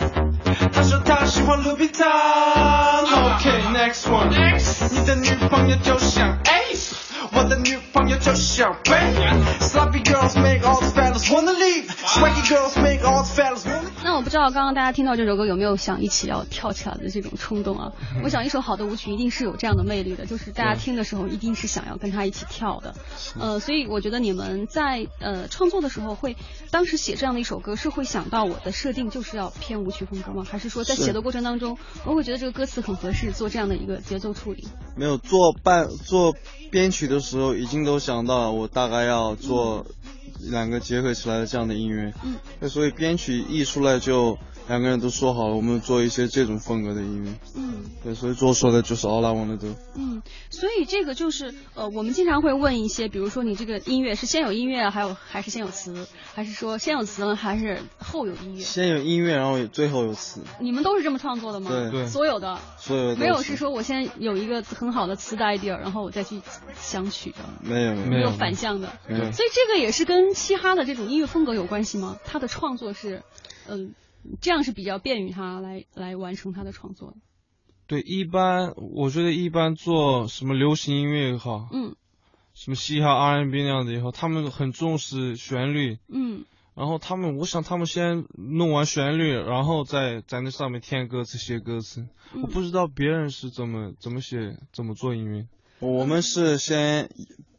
S3: 他说他喜欢 l o u i t o n OK next one Uh-huh. next。你的女朋友就像 Ace，我的女朋友就像 b a Sloppy girls make all the fellas wanna leave。Swaggy girls make all the fellas wanna。
S2: 那我不知道刚刚大家听到这首歌有没有想一起要跳起来的这种冲动啊？我想一首好的舞曲一定是有这样的魅力的，就是大家听的时候一定是想要跟他一起跳的。呃，所以我觉得你们在呃创作的时候会，当时写这样的一首歌是会想到我的设定就是要偏舞曲风格吗？还是说在写的过程当中，我会觉得这个歌词很合适，做这样的一个节奏处理？
S4: 没有做伴做编曲的时候，已经都想到了我大概要做两个结合起来的这样的音乐。
S2: 嗯，
S4: 那所以编曲一出来就两个人都说好了，我们做一些这种风格的音乐。
S2: 嗯。
S4: 对，所以做说的就是《All I Wanna Do》。
S2: 嗯，所以这个就是呃，我们经常会问一些，比如说你这个音乐是先有音乐，还有还是先有词，还是说先有词了，还是后有音乐？
S4: 先有音乐，然后有最后有词，
S2: 你们都是这么创作的吗？
S4: 对
S3: 对
S2: 所有的
S4: 所有的
S2: 没有
S4: 都
S2: 是说我先有一个很好的词的 idea，然后我再去想曲的，
S4: 没有
S3: 没
S2: 有
S3: 有
S2: 反向的。
S4: 没有
S2: 所以这个也是跟嘻哈的这种音乐风格有关系吗？他的创作是，嗯、这样是比较便于他来来完成他的创作的。
S3: 对，一般我觉得一般做什么流行音乐也好，
S2: 嗯
S3: 什么嘻哈 R&B 那样的也好，他们很重视旋律，
S2: 嗯
S3: 然后他们，我想他们先弄完旋律，然后再在那上面添歌词、写歌词。
S2: 嗯
S3: 我不知道别人是怎么怎么写、怎么做音乐。
S4: 我们是先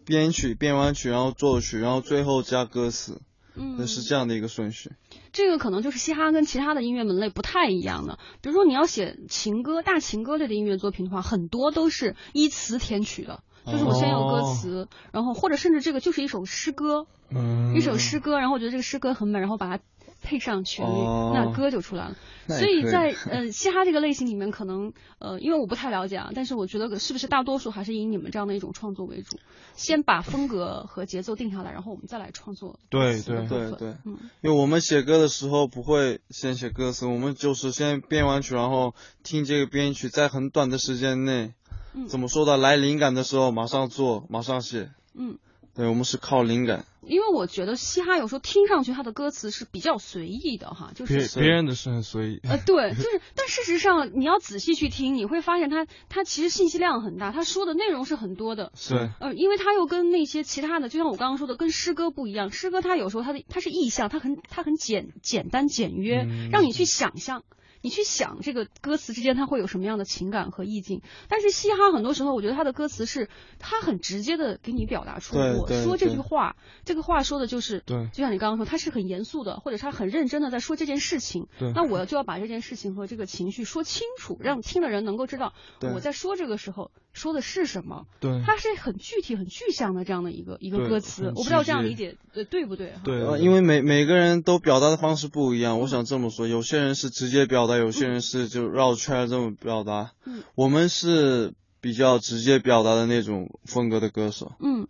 S4: 编曲，编完曲，然后作曲，然后最后加歌词，
S2: 嗯，
S4: 那是这样的一个顺序。
S2: 这个可能就是嘻哈跟其他的音乐门类不太一样的。比如说你要写情歌、大情歌类的音乐作品的话，很多都是依词填曲的，就是我先有歌
S4: 哦
S2: 词，然后或者甚至这个就是一首诗歌，
S3: 嗯
S2: 一首诗歌，然后我觉得这个诗歌很美，然后把它配上旋律，
S4: 哦
S2: 那歌就出来了。
S4: 那
S2: 所
S4: 也
S2: 以
S4: 可以
S2: 在 呃嘻哈这个类型里面，可能呃因为我不太了解啊，但是我觉得是不是大多数还是以你们这样的一种创作为主，先把风格和节奏定下来，然后我们再来创作
S3: 对
S2: 词的
S3: 对
S2: 部分。
S4: 对对
S2: 嗯
S4: 因为我们写歌的时候不会先写歌词，我们就是先编完曲，然后听这个编曲，在很短的时间内，
S2: 嗯
S4: 怎么说的，来灵感的时候马上做，马上写。
S2: 嗯。
S4: 对，我们是靠灵感。
S2: 因为我觉得嘻哈有时候听上去它的歌词是比较随意的哈，就
S3: 别
S2: 是
S3: 别人的是很随意。
S2: 呃对，就是但事实上你要仔细去听，你会发现它它其实信息量很大，它说的内容是很多的。
S3: 是
S2: 呃，因为它又跟那些其他的，就像我刚刚说的，跟诗歌不一样。诗歌它有时候它的它是意象，它很它很简简单简约，
S3: 嗯
S2: 让你去想象，你去想这个歌词之间它会有什么样的情感和意境。但是嘻哈很多时候，我觉得它的歌词是它很直接的给你表达出
S4: 对
S2: 我
S4: 对
S2: 说这句
S4: 对
S2: 话，这个话说的就是
S3: 对
S2: 就像你刚刚说，他是很严肃的，或者是他很认真的在说这件事情。
S3: 对
S2: 那我就要把这件事情和这个情绪说清楚，让听的人能够知道
S4: 对
S2: 我在说这个时候说的是什么。
S3: 对
S2: 它是很具体、很具象的这样的一个一个
S3: 对
S2: 歌词，我
S3: 很
S2: 不知道这样
S3: 直
S2: 理解呃对不对哈？
S3: 对
S4: 呃，
S3: 对，
S4: 因为每每个人都表达的方式不一样，我想这么说，有些人是直接表达，有些人是就绕圈儿这么表达。
S2: 嗯
S4: 我们是比较直接表达的那种风格的歌手。
S2: 嗯，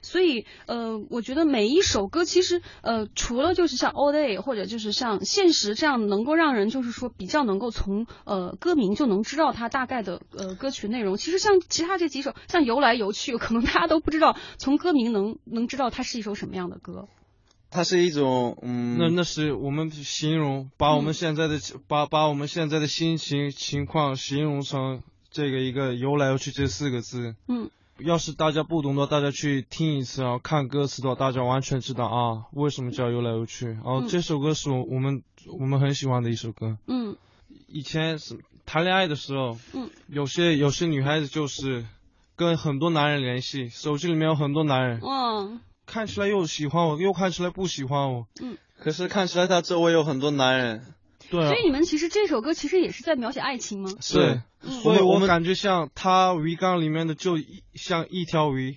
S2: 所以呃，我觉得每一首歌其实呃，除了就是像 All Day 或者就是像现实这样能够让人就是说比较能够从呃歌名就能知道它大概的呃歌曲内容，其实像其他这几首像游来游去，可能大家都不知道从歌名能能知道它是一首什么样的歌。
S4: 它是一种嗯，
S3: 那那是我们形容，把我
S2: 嗯
S3: 们现在的、把把我们现在的心情情况形容成这个一个由来由去这四个字。
S2: 嗯。
S3: 要是大家不懂的话，大家去听一次，然后啊看歌词的话，大家完全知道啊，为什么叫由来由去。然后
S2: 嗯
S3: 这首歌是我我们我们很喜欢的一首歌。
S2: 嗯
S3: 以前是谈恋爱的时候，
S2: 嗯，
S3: 有些有些女孩子就是跟很多男人联系，手机里面有很多男人，
S2: 嗯哇
S3: 看起来又喜欢我，又看起来不喜欢我，
S4: 可是看起来他周围有很多男人。
S3: 对
S2: 嗯
S3: 啊
S2: 所以你嗯们其实这首歌其实也是在描写爱情吗？
S3: 对
S4: 是，
S3: 所以
S4: 我们我
S3: 我
S4: 们
S3: 感觉像它鱼缸里面的就一像一条鱼，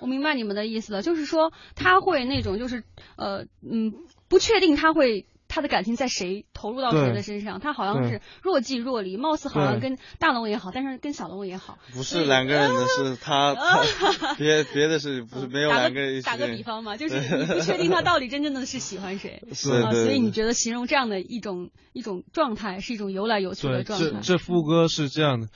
S2: 我明白你们的意思了，就是说他会那种就是呃嗯不确定他会他的感情在谁投入到谁
S3: 对
S2: 的身上，他好像
S3: 对
S2: 是若即若离，貌似好像
S3: 对
S2: 跟大龙也好，但是跟小龙也好，
S4: 不是两个人的，是他他别别的事情，不是没有
S2: 打
S4: 两个人
S2: 个
S4: 一起
S2: 打个
S4: 练
S2: 比方 嘛，就是你不确定他到底真正的是喜欢谁
S4: 是
S2: 啊，
S4: 对
S2: 所以
S4: 对
S2: 你觉得形容这样的一种一种状态是一种游来游去的
S3: 对，
S2: 状态
S3: 这，这副歌是这样的，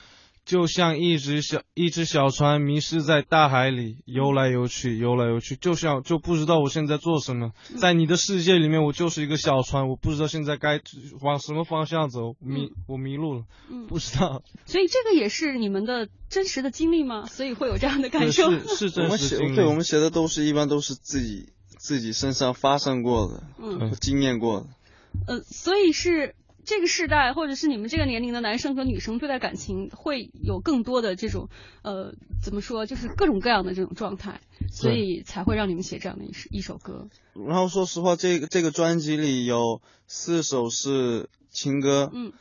S4: 就像一只小一只小船迷失在大海里，游来游去，游来游去，就像就不知道我现在做什么。在你的世界里面，我就是一个小船，我不知道现在该往什么方向走，迷我迷路了，
S2: 嗯，
S4: 不知道。
S2: 所以这个也是你们的真实的经历吗？所以会有这样的感受？
S4: 是是
S9: 我
S4: 嗯真
S9: 们
S4: 实
S9: 写
S4: 经历。
S9: 对我们写的都是一般都是自己自己身上发生过的、
S2: 嗯，
S4: 对
S9: 经验过的。
S2: 呃，所以是这个世代，或者是你们这个年龄的男生和女生对待感情会有更多的这种呃，怎么说，就是各种各样的这种状态，所以才会让你们写这样的一首一首歌。
S9: 然后说实话，这个这个专辑里有四首是情歌，
S2: 嗯，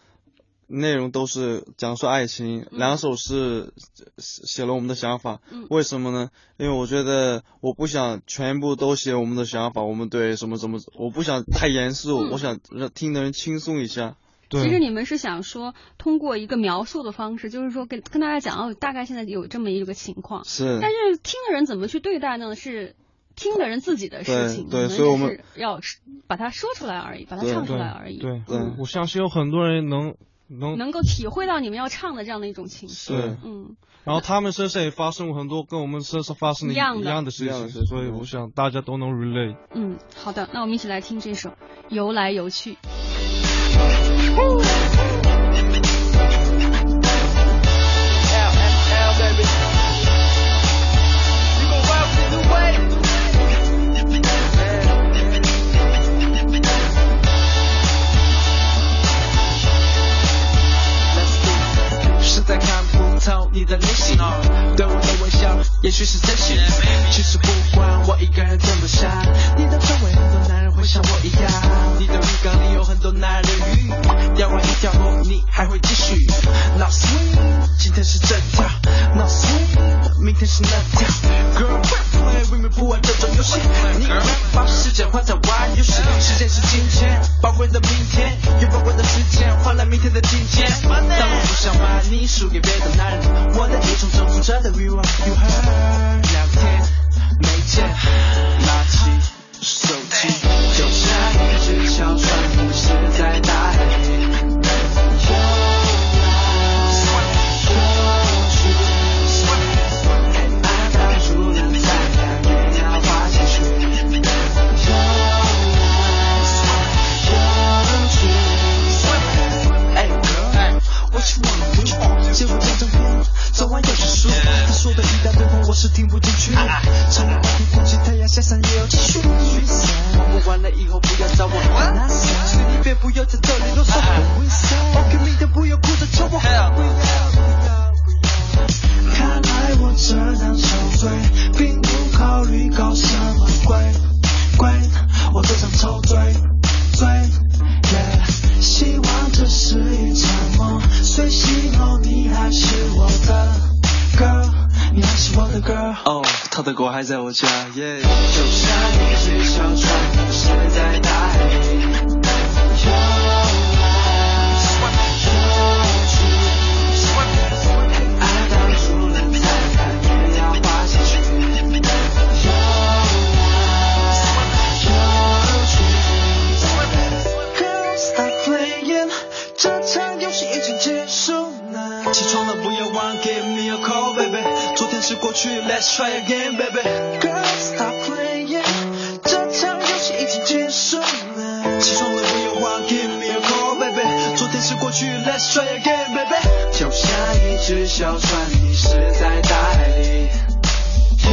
S9: 内容都是讲述爱情，
S2: 嗯
S9: 两首是写写了我们的想法。
S2: 嗯
S9: 为什么呢？因为我觉得我不想全部都写我们的想法，我们对什么什么，我不想太严肃，
S2: 嗯
S9: 我想让听的人轻松一下。
S4: 对
S2: 其实你们是想说，通过一个描述的方式，就是说跟跟大家讲哦，大概现在有这么一个情况，
S9: 是
S2: 但，是听的人怎么去对待呢？是。听的人自己的事
S9: 对
S2: 情，
S9: 对
S2: 你们
S9: 所以我
S2: 只
S9: 们
S2: 是要把它说出来而已，把它
S9: 对
S2: 唱出
S4: 对
S2: 来而已，
S4: 对，
S9: 嗯
S4: 我相信有很多人能能
S2: 能够体会到你们要唱的这样的一种情绪。
S9: 是
S2: 嗯，
S4: 然后他们身上也发生过很多跟我们身上发生的
S2: 一样
S4: 一
S2: 的
S4: 样的事
S9: 一样的事
S4: 情，
S9: 情
S4: 所以我想大家都能 relate。
S2: 嗯，好的，那我们一起来听这首《游来游去》。
S3: 实在看不透你的内心，对我的微笑也许是真心。其实不管我一个人怎么想，你的周围很多男人会像我一样，你的鱼缸里有很多男人的鱼，钓完一条后你还会继续。老师，今天是这条，老师，明天是那条。Girl，play with me 不玩这种游戏，你把时间花在玩游戏，时间是金钱，宝贵的明天，用宝贵的时间换来明天的今天。当我不想把你输给别的男人，我的一种征服者的欲望。You heard，两天没见，拿起手机，就像一只小船迷失在大海里。游来游去，爱到主人再难也要滑下去。游来游去。What you wanna do？接不接着我，早晚要是输。他说的一大堆话，我是听不进去。唱完后估计太阳下山也要继续。玩不完了以后不要找我，请你别不要在这里啰嗦。OK，明天不要哭着求我。看来我这样受罪，并不考虑搞什么鬼鬼，我只想抽醉醉。Yeah，希望这是一场梦，睡醒后你还是我的 girl，你还是我的 girl。哦，他的狗还在我家，Yeah。就像一只小船，迷失在大海里。游来游去，爱到主人再难也要滑下去。游来游去。Girls stop playing，这场游戏已经结束了。起床了，不要忘 give me a call baby。昨天是过去，Let's try again baby。Girls stop playing，这场游戏已经结束了。起床了，不要忘 give me a call baby。昨天是过去，Let's try again baby。就像一只小船，迷失在大海里。游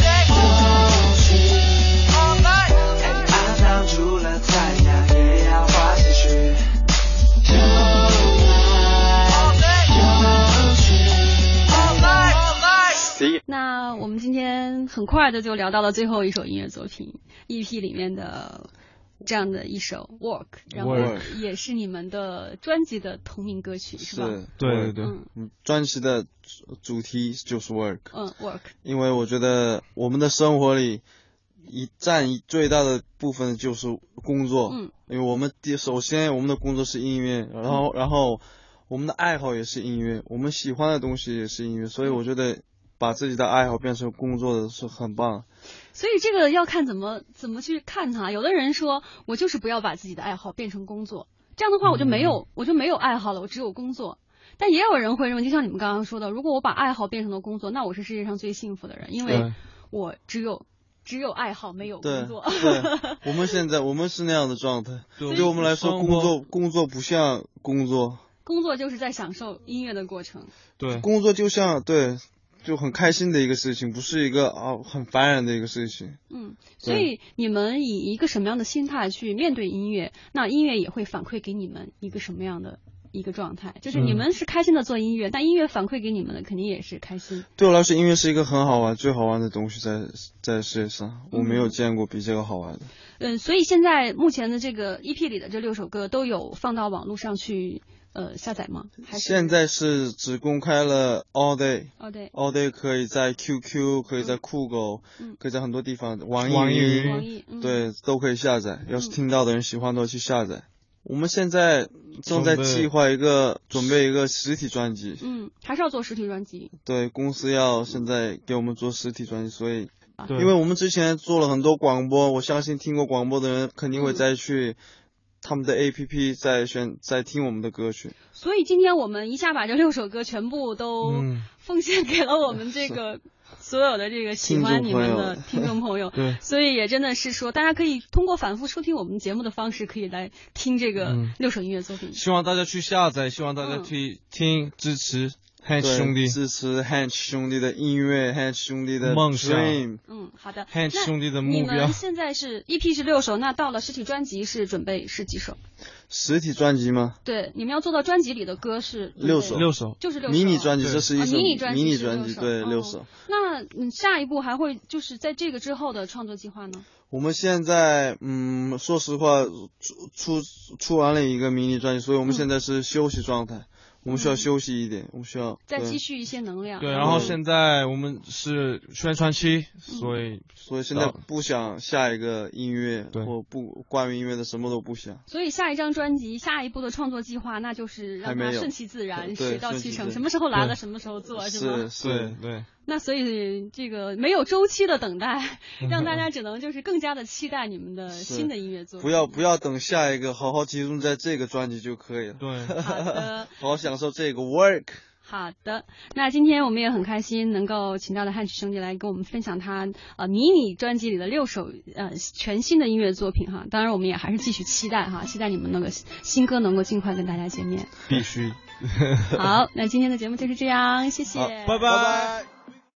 S3: 来游去。爱挡住了太阳，也要滑下去。游来游去。
S2: 那我们今天很快的就聊到了最后一首音乐作品 EP 里面的这样的一首《Walk》，然后
S9: Work
S2: 也是你们的专辑的同名歌曲是吧？
S9: 是，
S4: 对对对，
S2: 嗯
S9: 嗯专辑的主主题就是 work。
S2: 嗯，《Work》
S9: 因为我觉得我们的生活里一占一最大的部分就是工作，
S2: 嗯，
S9: 因为我们第首先我们的工作是音乐，然后、
S2: 嗯
S9: 然后我们的爱好也是音乐，我们喜欢的东西也是音乐，所以我觉得把自己的爱好变成工作的是很棒，
S2: 所以这个要看怎么怎么去看它。有的人说我就是不要把自己的爱好变成工作，这样的话我就没有、我就没有爱好了，我只有工作。但也有人会认为，就像你们刚刚说的，如果我把爱好变成了工作，那我是世界上最幸福的人，因为
S3: 对
S2: 我只有只有爱好，没有
S3: 对
S2: 工作。
S3: 对，我们现在我们是那样的状态，
S4: 对
S3: 对我们来说，
S4: 生
S3: 工
S4: 活
S3: 作工作不像工作，
S2: 工作就是在享受音乐的过程。
S4: 对
S3: 工作就像对，就很开心的一个事情，不是一个啊很烦人的一个事情。
S2: 嗯，所以你们以一个什么样的心态去面对音乐，那音乐也会反馈给你们一个什么样的一个状态？就是
S3: 嗯
S2: 你们是开心的做音乐，但音乐反馈给你们的肯定也是开心。
S3: 对我来说，音乐是一个很好玩、最好玩的东西在，在世界上，我没有见过比这个好玩的。
S2: 嗯，所以现在目前的这个 EP 里的这六首歌都有放到网络上去呃下载吗？还是
S3: 现在是只公开了 All Day。
S2: 哦对，
S3: All Day 可以在 QQ，可以在酷狗，
S2: 嗯
S3: 可以在很多地方，网
S4: 网
S3: 易
S4: 易
S3: 云
S4: 云
S2: 网易、嗯、
S3: 对，都可以下载。要是听到的人喜欢的话，去下载。我们现在正在
S4: 准备
S3: 计划一个准备一个实体专辑，
S2: 嗯，还是要做实体专辑。
S3: 对公司要现在给我们做实体专辑，所以
S4: 对，
S3: 因为我们之前做了很多广播，我相信听过广播的人肯定会
S4: 嗯
S3: 再去他们的 APP 再选再听我们的歌曲。
S2: 所以今天我们一下把这六首歌全部都
S4: 嗯
S2: 奉献给了我们这个所有的这个喜欢你们的听众朋友。
S4: 对
S2: 所以也真的是说，大家可以通过反复收听我们节目的方式，可以来听这个
S4: 嗯
S2: 六首音乐作品。
S4: 希望大家去下载，希望大家去听支持 h a
S3: 嗯对
S4: 兄弟
S3: 支持 Hanch 兄弟的音乐，Hanch 兄弟的
S4: 梦想
S3: dream
S2: 嗯，好的。
S4: h a 兄弟的
S2: 你
S4: 目标
S2: 们。现在是 EP 是六首，那到了实体专辑是准备是几首？
S3: 实体专辑吗？
S2: 对，你们要做到专辑里的歌是准备
S3: 六首
S4: 六首，
S2: 就是六首。
S3: 迷你专辑，
S4: 对
S3: 这是一
S2: 啊
S3: 首
S2: 迷你专辑
S3: 迷你
S2: 是六
S3: 专辑，
S2: 首
S3: 对，
S2: 哦
S3: 六首。
S2: 那嗯，下一步还会就是在这个之后的创作计划呢？
S3: 我们现在，嗯，说实话，出出出完了一个迷你专辑，所以我们
S2: 嗯
S3: 现在是休息状态，我们需要休息一点，我们需要
S2: 再
S3: 对
S2: 积蓄一些能量。
S4: 对，然
S3: 嗯
S4: 后现在我们是宣传期，所以
S3: 所以现在
S4: 到
S3: 不想下一个音乐，
S4: 对
S3: 或不关于音乐的什么都不想。
S2: 所以下一张专辑，下一步的创作计划，那就是让
S3: 还没
S2: 它
S3: 有
S2: 顺其自然，
S3: 对对
S2: 水到
S3: 顺
S2: 渠
S3: 其
S2: 成，
S3: 自
S2: 什么时候来了
S4: 对
S2: 什么时候做，是
S3: 是
S2: 吗？
S4: 对
S3: 是，
S4: 对
S2: 那所以这个没有周期的等 待，让大家只能就是更加的期待你们的新的音乐作品。
S3: 不要不要等下一个，好好集中在这个专辑就可以了，
S4: 对，
S2: 好的，
S3: 好好享受这个 work。
S2: 好的，那今天我们也很开心能够请到了汉曲兄弟来跟我们分享他呃迷你专辑里的六首呃全新的音乐作品哈。当然，我们也还是继续期待哈，期待你们那个新歌能够尽快跟大家见面。
S4: 必须。
S2: 好，那今天的节目就是这样，谢谢，
S3: 好，拜拜